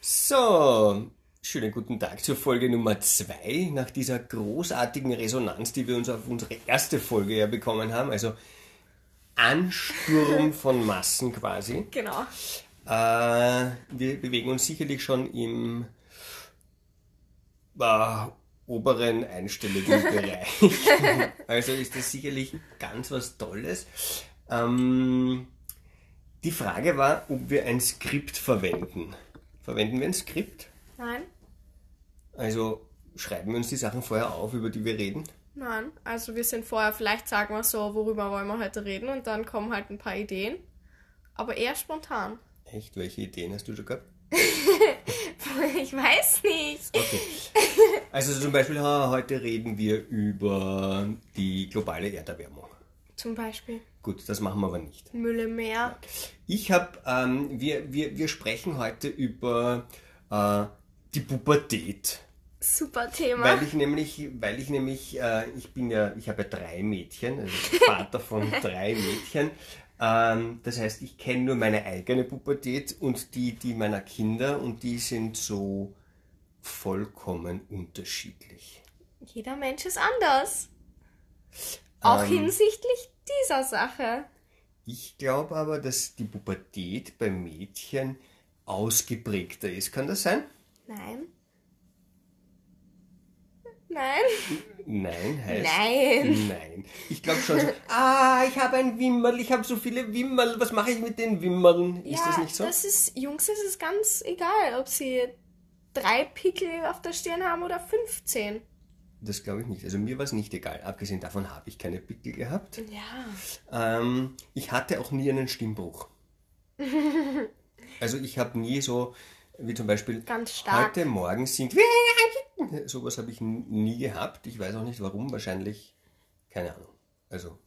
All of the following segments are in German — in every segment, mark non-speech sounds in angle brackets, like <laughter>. So, schönen guten Tag zur Folge Nummer 2. Nach dieser großartigen Resonanz, die wir uns auf unsere erste Folge ja bekommen haben, also Ansturm von Massen quasi. Genau. Äh, wir bewegen uns sicherlich schon im äh, oberen einstelligen Bereich. <laughs> also ist das sicherlich ganz was Tolles. Ähm, die Frage war, ob wir ein Skript verwenden. Verwenden wir ein Skript? Nein, Also schreiben wir uns die Sachen vorher auf, über die wir reden? nein. Also wir sind vorher, vielleicht sagen wir so, worüber wollen wir heute reden und dann kommen halt ein paar Ideen. Aber eher spontan. <laughs> Echt? Welche Ideen hast du schon gehabt? Ich weiß nicht. Okay. Also zum Beispiel, ha, heute reden wir über die globale Erderwärmung. Zum Beispiel Gut, das machen wir aber nicht. Müll im Meer. Ich habe, ähm, wir, wir, wir sprechen heute über äh, die Pubertät. Super Thema. Weil ich nämlich, weil ich nämlich, äh, ich bin ja, ich habe ja drei Mädchen, also Vater von drei Mädchen. Ähm, das heißt, ich kenne nur meine eigene Pubertät und die, die meiner Kinder und die sind so vollkommen unterschiedlich. Jeder Mensch ist anders. Auch Ähm. hinsichtlich dieser Sache. Ich glaube aber, dass die Pubertät bei Mädchen ausgeprägter ist. Kann das sein? Nein. Nein. Nein heißt. Nein. Nein. Ich glaube schon so, <laughs> ah, ich habe ein Wimmerl, ich habe so viele Wimmerl, was mache ich mit den Wimmerln? Ist das nicht so? Das ist, Jungs ist es ganz egal, ob sie drei Pickel auf der Stirn haben oder 15. Das glaube ich nicht. Also mir war es nicht egal. Abgesehen davon habe ich keine Pickel gehabt. Ja. Ähm, ich hatte auch nie einen <laughs> Stimmbruch. also ich habe nie so, wie zum Beispiel Ganz stark. heute Morgen singt. <laughs> Sowas habe ich n- nie gehabt. Ich weiß auch nicht warum. Wahrscheinlich, keine Ahnung. Also,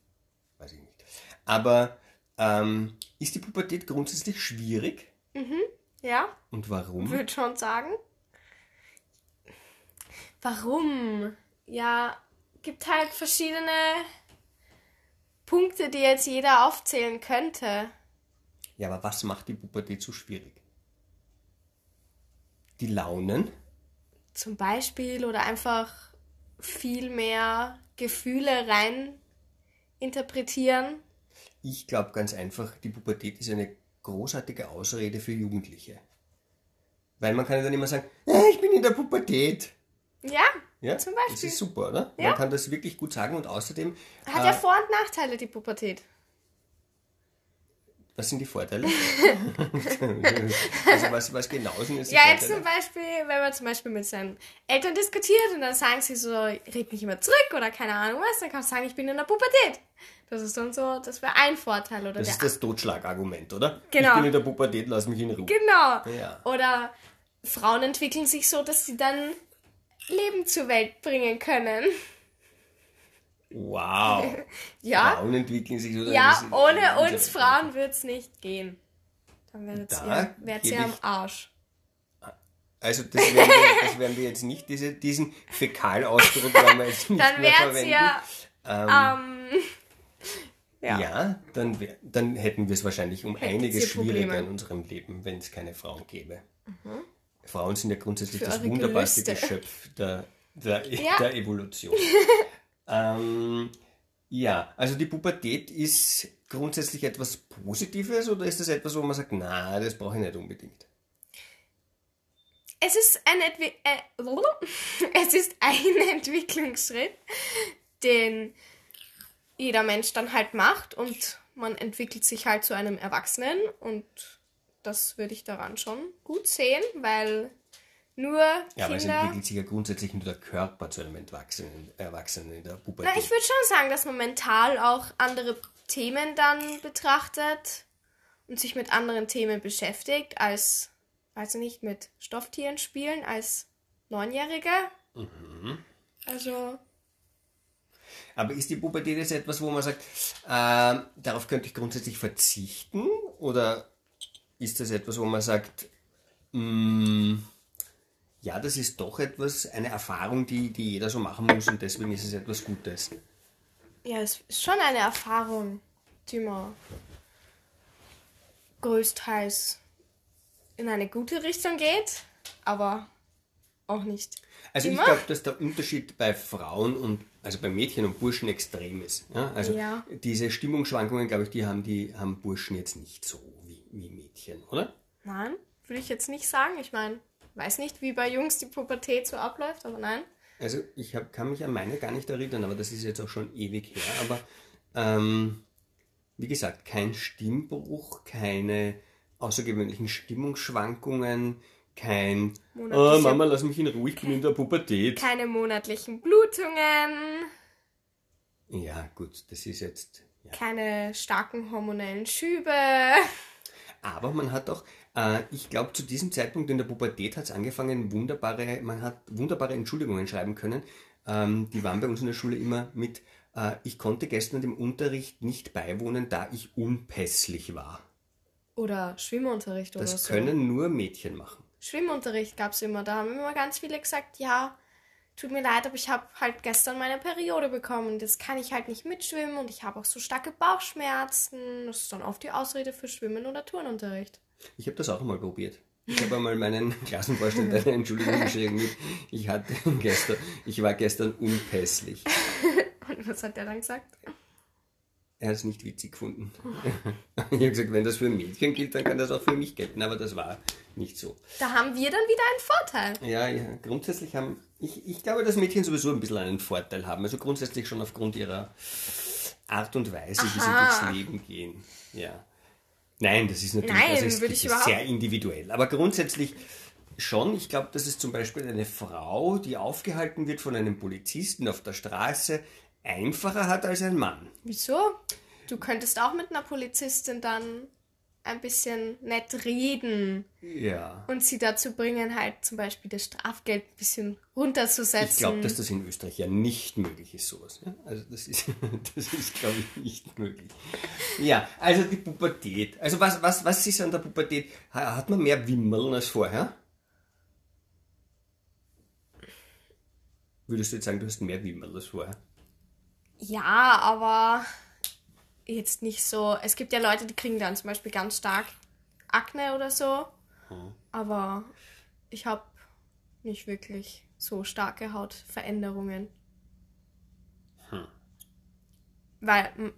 weiß ich nicht. Aber ähm, ist die Pubertät grundsätzlich schwierig? Ja, Und warum? würde schon sagen. Warum? Ja, gibt halt verschiedene Punkte, die jetzt jeder aufzählen könnte. Ja, aber was macht die Pubertät so schwierig? Die Launen? Zum Beispiel oder einfach viel mehr Gefühle rein interpretieren. Ich glaube ganz einfach, die Pubertät ist eine großartige Ausrede für Jugendliche. Weil man kann ja dann immer sagen, "Ah, ich bin in der Pubertät. Ja, Ja? Zum Das Beispiel. ist super, oder? Ja. Man kann das wirklich gut sagen und außerdem, hat äh, ja Vor- und Nachteile, die Pubertät. was sind die <laughs> Vorteile? also was, was genau sind jetzt die Ja, jetzt zum Vorteile? Beispiel, wenn man zum Beispiel mit seinen Eltern diskutiert und dann sagen sie so, red mich immer zurück oder keine Ahnung was, dann kann man sagen, ich bin in der Pubertät. Das ist dann so, das wäre ein Vorteil oder Das der ist das Totschlagargument, oder? Ich Genau. bin in der Pubertät, lass mich in Ruhe. Genau. Ja. Oder Frauen entwickeln sich so, dass sie dann Leben zur Welt bringen können. Wow. Ja, Frauen entwickeln sich so. ja, dass- ohne uns Frauen wird's nicht gehen. Dann wird's Da ihr, wär's gebe ihr am ich- Arsch. Also das werden wir, das werden wir jetzt nicht, diese, diesen Fäkalausdruck werden wir jetzt nicht Dann mehr wär's verwenden. ihr Ähm, am... Ja, Ja. dann, wär, dann hätten wir es wahrscheinlich um Hätten einiges Sie Probleme. Mhm. schwieriger in unserem Leben, wenn es keine Frauen gäbe. Frauen sind ja grundsätzlich Für das eure wunderbarste Gelüste. Geschöpf der, der, <laughs> Ja. der <laughs> Evolution. ähm, ja, also die Pubertät ist grundsätzlich etwas Positives oder ist das etwas, wo man sagt, na, das brauche ich nicht unbedingt? Es ist ein, Entwi äh, <laughs> es ist ein Entwicklungsschritt, den jeder Mensch dann halt macht und man entwickelt sich halt zu einem Erwachsenen und das würde ich daran schon gut sehen, weil nur Ja, aber es Kinder. entwickelt sich ja grundsätzlich nur der Körper zu einem Erwachsenen, Erwachsenen in der Pubertät. Na, ich würde schon sagen, dass man mental auch andere Themen dann betrachtet und sich mit anderen Themen beschäftigt, als, also nicht mit Stofftieren spielen, als Neunjährige. Also, Aber ist die Pubertät jetzt etwas, wo man sagt, ähm, darauf könnte ich grundsätzlich verzichten? Oder ist das etwas, wo man sagt, mm, ja, das ist doch etwas, eine Erfahrung, die, die jeder so machen muss und deswegen ist es etwas Gutes? ja, es ist schon eine Erfahrung, die man größtenteils in eine gute Richtung geht, aber auch nicht. Also Immer? ich glaube, dass der Unterschied bei Frauen und also bei Mädchen und Burschen extrem ist. Ja? Also Ja. diese Stimmungsschwankungen, glaube ich, die haben die haben Burschen jetzt nicht so wie, wie Mädchen, oder? Nein, würde ich jetzt nicht sagen. Ich meine, weiß nicht, wie bei Jungs die Pubertät so abläuft, aber nein. Also ich hab, kann mich an meine gar nicht erinnern, aber das ist jetzt auch schon ewig her. Aber ähm, wie gesagt, kein Stimmbruch, keine außergewöhnlichen Stimmungsschwankungen, kein Monatliche- "Ah, Mama, lass mich in Ruhe, ich bin in der Pubertät. Keine monatlichen Blutungen, Ja, gut, das ist jetzt. Ja. keine starken hormonellen Schübe. Aber man hat auch, äh, ich glaube, zu diesem Zeitpunkt in der Pubertät hat es angefangen, wunderbare, man hat wunderbare Entschuldigungen schreiben können. Ähm, die waren bei uns in der Schule immer mit, äh, ich konnte gestern dem Unterricht nicht beiwohnen, da ich unpässlich war. Oder Schwimmunterricht oder Das so. können nur Mädchen machen. Schwimmunterricht gab es immer. Da haben immer ganz viele gesagt, ja, tut mir leid, aber ich habe halt gestern meine Periode bekommen. Jetzt kann ich halt nicht mitschwimmen und ich habe auch so starke Bauchschmerzen. Das ist dann oft die Ausrede für Schwimmen oder Turnunterricht. Ich habe das auch einmal probiert. Ich habe einmal meinen <laughs> Klassenvorstand eine Entschuldigung geschrieben mit, ich hatte gestern, ich war gestern unpässlich. Und was hat der dann gesagt? Er hat es nicht witzig gefunden. <laughs> Ich habe gesagt, wenn das für Mädchen gilt, dann kann das auch für mich gelten, aber das war nicht so. Da haben wir dann wieder einen Vorteil. Ja, ja, grundsätzlich haben. Ich, ich glaube, dass Mädchen sowieso ein bisschen einen Vorteil haben. Also grundsätzlich schon aufgrund ihrer Art und Weise, Aha. wie sie durchs Leben gehen. Ja. Nein, das ist natürlich Nein, also es würde ist ich überhaupt- sehr individuell. Aber grundsätzlich schon. Ich glaube, dass es zum Beispiel eine Frau, die aufgehalten wird von einem Polizisten auf der Straße, einfacher hat als ein Mann. Wieso? Du könntest auch mit einer Polizistin dann ein bisschen nett reden Ja. und sie dazu bringen, halt zum Beispiel das Strafgeld ein bisschen runterzusetzen. Ich glaube, dass das in Österreich ja nicht möglich ist, sowas. Ja? Also das ist, <laughs> das ist glaube ich, nicht möglich. Ja, also die Pubertät. Also was, was, was ist an der Pubertät? Ha- Hat man mehr Wimmeln als vorher? Würdest du jetzt sagen, du hast mehr Wimmeln als vorher? Ja, aber jetzt nicht so. Es gibt ja Leute, die kriegen dann zum Beispiel ganz stark Akne oder so. Aber ich habe nicht wirklich so starke Hautveränderungen. Hm. Weil m,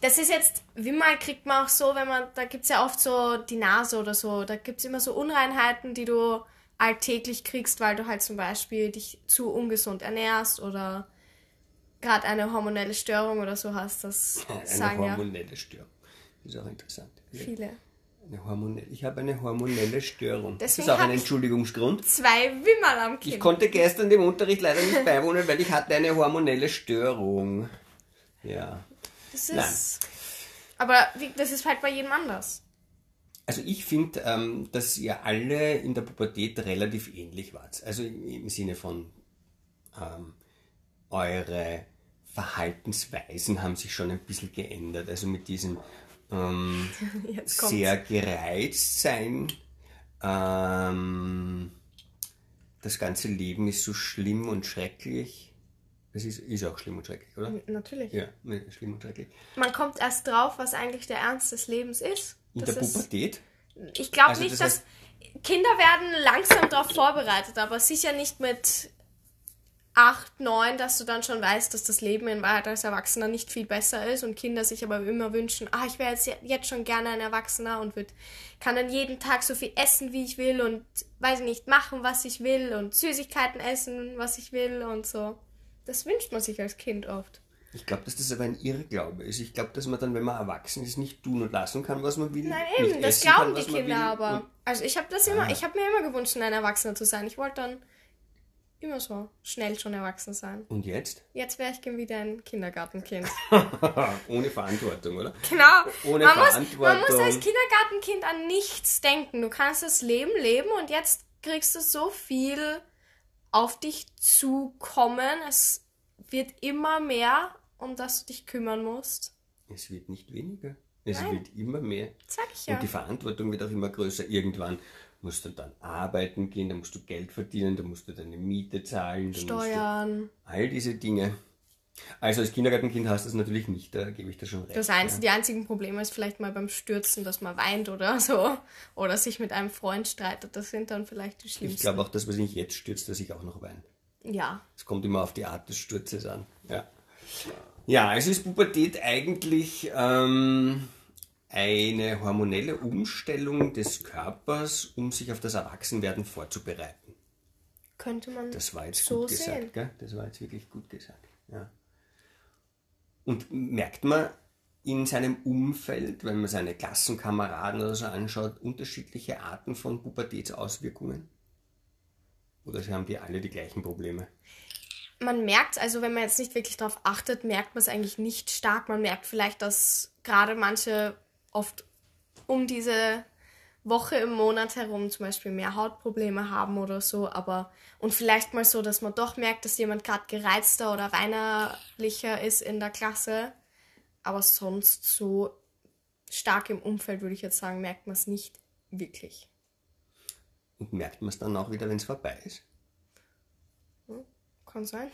das ist jetzt, Wimmel kriegt man auch so, wenn man, da gibt es ja oft so die Nase oder so, da gibt es immer so Unreinheiten, die du alltäglich kriegst, weil du halt zum Beispiel dich zu ungesund ernährst oder gerade eine hormonelle Störung oder so hast, das <laughs> Eine sagen ja hormonelle Störung. Das ist auch interessant. Ja, viele. Eine hormonelle, ich habe eine hormonelle Störung. Deswegen das ist auch hab ein ich- Entschuldigungsgrund. Zwei Wimmel am Ich Kinn. konnte gestern dem Unterricht leider nicht beiwohnen, weil ich hatte eine hormonelle Störung. Ja. Das Nein. ist. Aber wie, das ist halt bei jedem anders. Also ich finde, ähm, dass ihr alle in der Pubertät relativ ähnlich wart. Also im im Sinne von ähm, eure Verhaltensweisen haben sich schon ein bisschen geändert. Also mit diesem ähm, <laughs> Jetzt kommt's. sehr gereizt sein. Ähm, das ganze Leben ist so schlimm und schrecklich. Das ist, ist auch schlimm und schrecklich, oder? Natürlich. Ja, ne, schlimm und schrecklich. Man kommt erst drauf, was eigentlich der Ernst des Lebens ist. In Das der ist Pubertät? ich glaube Also nicht, das dass. Kinder werden langsam darauf vorbereitet, aber sicher nicht mit 8, 9, dass du dann schon weißt, dass das Leben in Wahrheit als Erwachsener nicht viel besser ist und Kinder sich aber immer wünschen, ah, ich wäre jetzt, jetzt schon gerne ein Erwachsener und wird, kann dann jeden Tag so viel essen, wie ich will und weiß ich nicht, machen, was ich will und Süßigkeiten essen, was ich will und so. Das wünscht man sich als Kind oft. Ich glaube, dass das aber ein Irrglaube ist. Ich glaube, dass man dann, wenn man erwachsen ist, nicht tun und lassen kann, was man will. Nein, eben, nicht das essen glauben kann, was die man Kinder will aber. Also ich habe das immer, Ah. ich habe mir immer gewünscht, ein Erwachsener zu sein. Ich wollte dann immer so schnell schon erwachsen sein. Und, und jetzt? <laughs> Jetzt wäre ich gern wieder ein Kindergartenkind. Ohne Verantwortung, oder? Genau. Ohne man, muss, man muss Verantwortung. als Kindergartenkind an nichts denken. Du kannst das Leben leben und jetzt kriegst du so viel auf dich zukommen. Es wird immer mehr, um das du dich kümmern musst. Es wird nicht weniger. Es Nein. wird immer mehr. Sag ich ja. Und die Verantwortung wird auch immer größer. Irgendwann musst du dann arbeiten gehen, da musst du Geld verdienen, da musst du deine Miete zahlen, da musst du Steuern. all diese Dinge. Also als Kindergartenkind hast du es natürlich nicht, da gebe ich dir schon recht. Das einzige, die einzigen Probleme ist vielleicht mal beim Stürzen, dass man weint oder <laughs> so. Oder sich mit einem Freund streitet. Das sind dann vielleicht die Ich schlimmsten. glaube auch, dass was ich jetzt stürzt, dass ich auch noch weine. Ja. Es kommt immer auf die Art des Sturzes an. Ja, ja also ist Pubertät eigentlich ähm, eine hormonelle Umstellung des Körpers, um sich auf das Erwachsenwerden vorzubereiten. Könnte man. Das war jetzt So gut sehen. gesagt, gell? Das war jetzt wirklich gut gesagt. Ja. Und merkt man in seinem Umfeld, wenn man seine Klassenkameraden oder so anschaut, unterschiedliche Arten von Pubertätsauswirkungen? Oder sie haben die alle die gleichen Probleme? man merkt, also wenn man jetzt nicht wirklich darauf achtet, merkt man es eigentlich nicht stark. Man merkt vielleicht, dass gerade manche oft um diese Woche im Monat herum zum Beispiel mehr Hautprobleme haben oder so, aber und vielleicht mal so, dass man doch merkt, dass jemand gerade gereizter oder weinerlicher ist in der Klasse, aber sonst so stark im Umfeld würde ich jetzt sagen, merkt man es nicht wirklich. Und merkt man es dann auch wieder, wenn es vorbei ist? <laughs> Kann sein.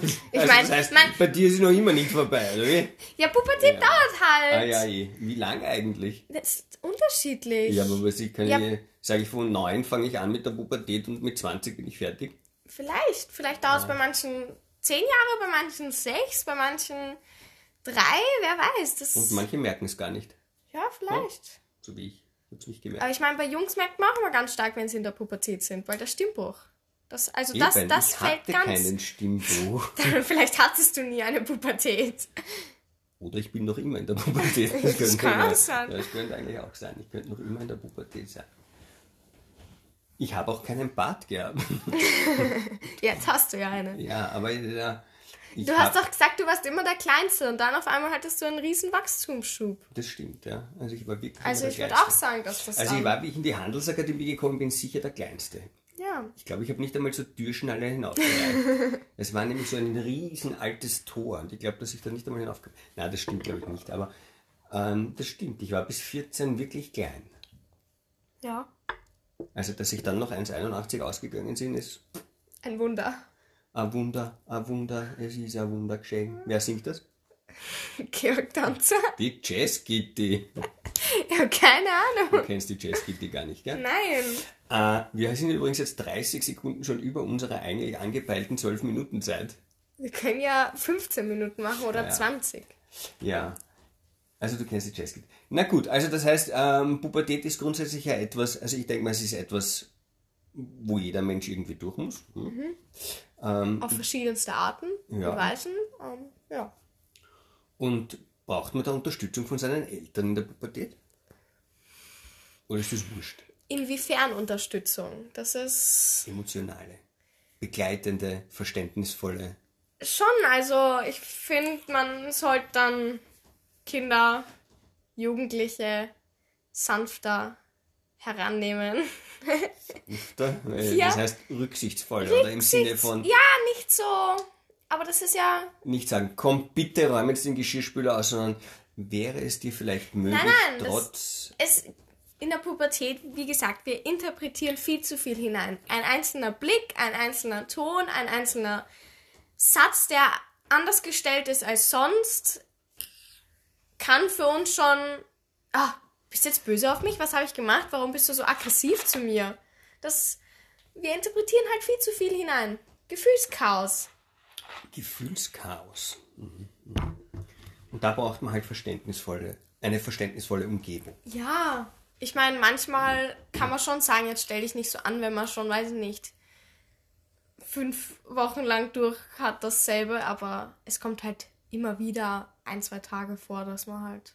Ich Ich also, meine, das heißt, man- bei dir ist es noch immer nicht vorbei, <laughs> oder wie? Ja, Pubertät Ja. dauert halt. Ah, ja, eh. wie lang eigentlich? Das ist unterschiedlich. Ja, aber was ich kann, Ja. ich, sage ich, von neun fange ich an mit der Pubertät und mit 20 bin ich fertig. Vielleicht. Vielleicht dauert es bei manchen zehn Jahre, bei manchen sechs, bei manchen drei, wer weiß. Das Und manche merken es gar nicht, ja, vielleicht. so wie ich. Ich habe es nicht gemerkt. Aber ich meine, bei Jungs merkt man auch immer ganz stark, wenn sie in der Pubertät sind, weil der Stimmbruch. Das, also das, Eben, das ich fällt hatte ganz. <laughs> keinen Stimmbruch. vielleicht hattest du nie eine Pubertät. Oder ich bin noch immer in der <laughs> Pubertät. Das, kann ja, auch sein. Ja, das könnte eigentlich auch sein. Ich könnte noch immer in der Pubertät sein. Ich habe auch keinen Bart gehabt. <laughs> Jetzt hast du ja eine. Ja, aber ja, ich Du hast hab- doch gesagt, du warst immer der Kleinste und dann auf einmal hattest du einen riesen Wachstumsschub. Das stimmt, ja. Also ich war wirklich Also immer ich der würde Kleinste. auch sagen, dass das Also ich dann- war, wie ich in die Handelsakademie gekommen bin, sicher der Kleinste. ja. Ich glaube, ich habe nicht einmal zur Türschnalle <laughs> hinaufgereicht. es war nämlich so ein riesen altes Tor und ich glaube, dass ich da nicht einmal hinaufgereicht habe. Nein, das stimmt, glaube ich nicht, aber ähm, das stimmt. Ich war bis 14 wirklich klein. Ja. Also, dass ich dann noch 1,81 ausgegangen bin, ist Ein Wunder. <laughs> ein Wunder, ein Wunder, es ist ein Wunder geschehen. Wer singt das? Georg Danzer? Die Jazz Kitty. Ich habe keine Ahnung. Du kennst die Jazz Kitty gar nicht, gell? Nein. Äh, wir sind übrigens jetzt 30 Sekunden schon über unserer eigentlich angepeilten 12-Minuten-Zeit. Wir können ja 15 Minuten machen oder Ja. 20. Ja. Also du kennst die Jazzkid. Na gut, also das heißt, ähm, Pubertät ist grundsätzlich ja etwas, also ich denke mal, es ist etwas, wo jeder Mensch irgendwie durch muss. Hm? Ähm, Auf verschiedenste Arten und Ja. Weisen. Ähm, ja. und braucht man da Unterstützung von seinen Eltern in der Pubertät? Oder ist das wurscht? Inwiefern Unterstützung? Das ist Emotionale, begleitende, verständnisvolle. schon, also ich finde, man sollte dann Kinder, Jugendliche sanfter herannehmen. Da, äh, Ja. Das heißt rücksichtsvoll oder im Sinne von ja, nicht so. Aber das ist ja. nicht sagen, komm bitte räum jetzt den Geschirrspüler aus, sondern wäre es dir vielleicht möglich, nein, das- trotz es in der Pubertät, wie gesagt, wir interpretieren viel zu viel hinein. Ein einzelner Blick, ein einzelner Ton, ein einzelner Satz, der anders gestellt ist als sonst, kann für uns schon, ah, bist du jetzt böse auf mich? Was habe ich gemacht? Warum bist du so aggressiv zu mir? Das, wir interpretieren halt viel zu viel hinein. Gefühlschaos. Gefühlschaos. Mhm. Und da braucht man halt verständnisvolle, eine verständnisvolle Umgebung. Ja, ich meine, manchmal kann man schon sagen, jetzt stell dich nicht so an, wenn man schon, weiß ich nicht, fünf Wochen lang durch hat dasselbe, aber es kommt halt immer wieder ein, zwei Tage vor, dass man halt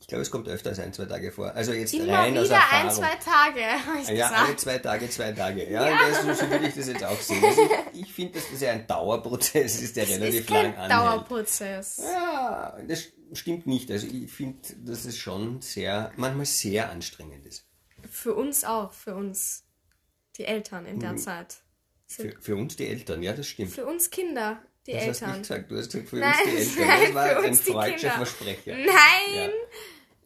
Ich glaube, es kommt öfter als ein, zwei Tage vor. Also jetzt immer rein aus wieder Erfahrung. Ah ein, zwei Tage, <laughs> habe ich ja, alle gesagt. zwei Tage, zwei Tage. Ja, Das, so- so würde ich das jetzt auch sehen. Also ich ich finde, dass das ja ein Dauerprozess ist, der Es relativ ist lang kein anhält. Dauerprozess. Ja, das stimmt nicht. Also ich finde, dass es schon sehr, manchmal sehr anstrengend ist. Für uns auch, für uns, die Eltern in der Mhm. Zeit. Für, für uns die Eltern, ja, das stimmt. Für uns Kinder, die das hast du Eltern. nicht gesagt. Du hast gesagt, für <laughs> Nein, uns die Eltern. nein, Das war für ein uns die freudscher Kinder. Versprecher. Nein! Ja.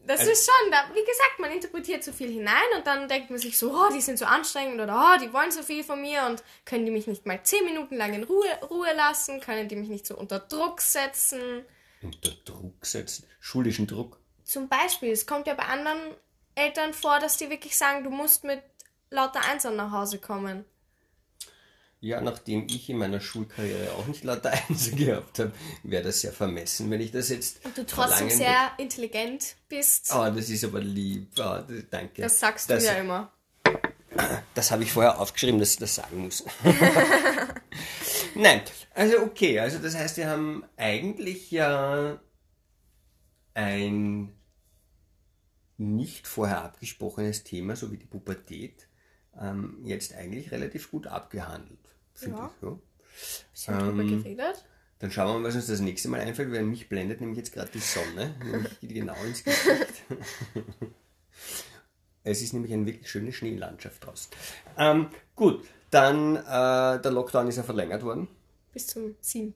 Das Also- ist schon, da, wie gesagt, man interpretiert so viel hinein und dann denkt man sich so, oh, die sind so anstrengend oder oh, die wollen so viel von mir und können die mich nicht mal zehn Minuten lang in Ruhe, Ruhe lassen, können die mich nicht so unter Druck setzen. Unter Druck setzen. Schulischen Druck. Zum Beispiel, es kommt ja bei anderen Eltern vor, dass die wirklich sagen, du musst mit lauter Einsern nach Hause kommen. Ja, nachdem ich in meiner Schulkarriere auch nicht lauter <laughs> Einsen gehabt habe, wäre das sehr vermessen, wenn ich das jetzt. Und du trotzdem verlangen sehr intelligent bist. würde. Oh, das ist aber lieb. Oh, d- danke. Das sagst Das- du ja immer. Das habe ich vorher aufgeschrieben, dass ich das sagen muss. <laughs> Nein, also okay, also das heißt, wir haben eigentlich ja ein nicht vorher abgesprochenes Thema, so wie die Pubertät, ähm, jetzt eigentlich relativ gut abgehandelt, finde Ja. ich. Ja. Bisschen drüber Ähm, geredet. Dann schauen wir mal, was uns das nächste Mal einfällt, weil mich blendet nämlich jetzt gerade die Sonne, nämlich genau ins Gesicht. <laughs> es ist nämlich eine wirklich schöne Schneelandschaft draußen. Ähm, gut, dann äh, der Lockdown ist ja verlängert worden Bis zum 7.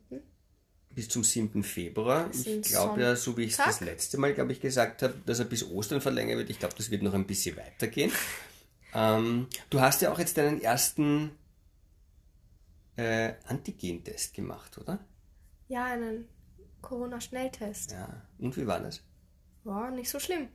bis zum 7. Februar. Ich sind glaube ja, so wie ich es Sonntag. das letzte Mal, glaube ich, gesagt habe, dass er bis Ostern verlängert wird. Ich glaube, das wird noch ein bisschen weitergehen. Ähm, du hast ja auch jetzt deinen ersten äh, Antigentest gemacht, oder? Ja, einen Corona-Schnelltest. Ja. Und wie war das? War nicht so schlimm.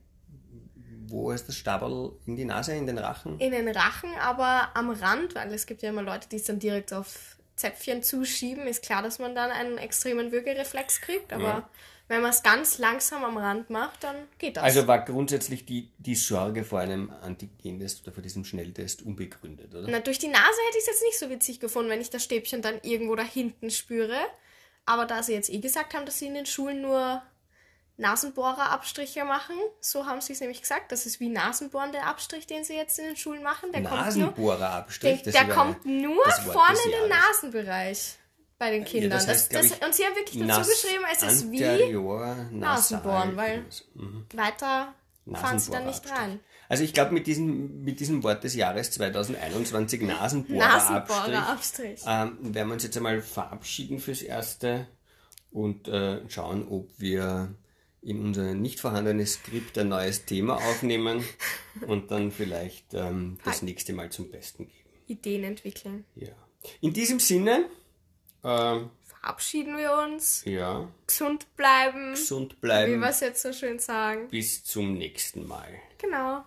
Wo ist das Stabel in die Nase, in den Rachen? In den Rachen, aber am Rand, weil es gibt ja immer Leute, die es dann direkt auf Zäpfchen zuschieben, ist klar, dass man dann einen extremen Würgereflex kriegt, aber Ja. wenn man es ganz langsam am Rand macht, dann geht das. Also war grundsätzlich die, die Sorge vor einem Antigentest oder vor diesem Schnelltest unbegründet, oder? Na, durch die Nase hätte ich es jetzt nicht so witzig gefunden, wenn ich das Stäbchen dann irgendwo da hinten spüre. Aber da sie jetzt eh gesagt haben, dass sie in den Schulen nur Nasenbohrerabstriche machen, so haben sie es nämlich gesagt. Das ist wie Nasenbohren, der Abstrich, den sie jetzt in den Schulen machen. Der kommt nur, Nasenbohrerabstrich, der, das der ist aber kommt nur das Wort vorne des in den Jahres. Nasenbereich bei den Kindern. das heißt, das, glaub das, und sie haben wirklich dazu nas- geschrieben, es ist wie anterior nasal Nasenbohren, weil irgendwas. weiter fahren sie dann nicht Nasenbohrerabstrich. rein. Also ich glaube, mit diesem, mit diesem Wort des Jahres 2021, Nasenbohrerabstrich, Nasenbohrerabstrich. ähm, werden wir uns jetzt einmal verabschieden fürs Erste und äh, schauen, ob wir in unser nicht vorhandenes Skript ein neues Thema aufnehmen und dann vielleicht ähm, das nächste Mal zum Besten geben. Ideen entwickeln. Ja. In diesem Sinne, ähm, Verabschieden wir uns. ja, Gesund bleiben. gesund wie bleiben. wir es jetzt so schön sagen. Bis zum nächsten Mal. Genau.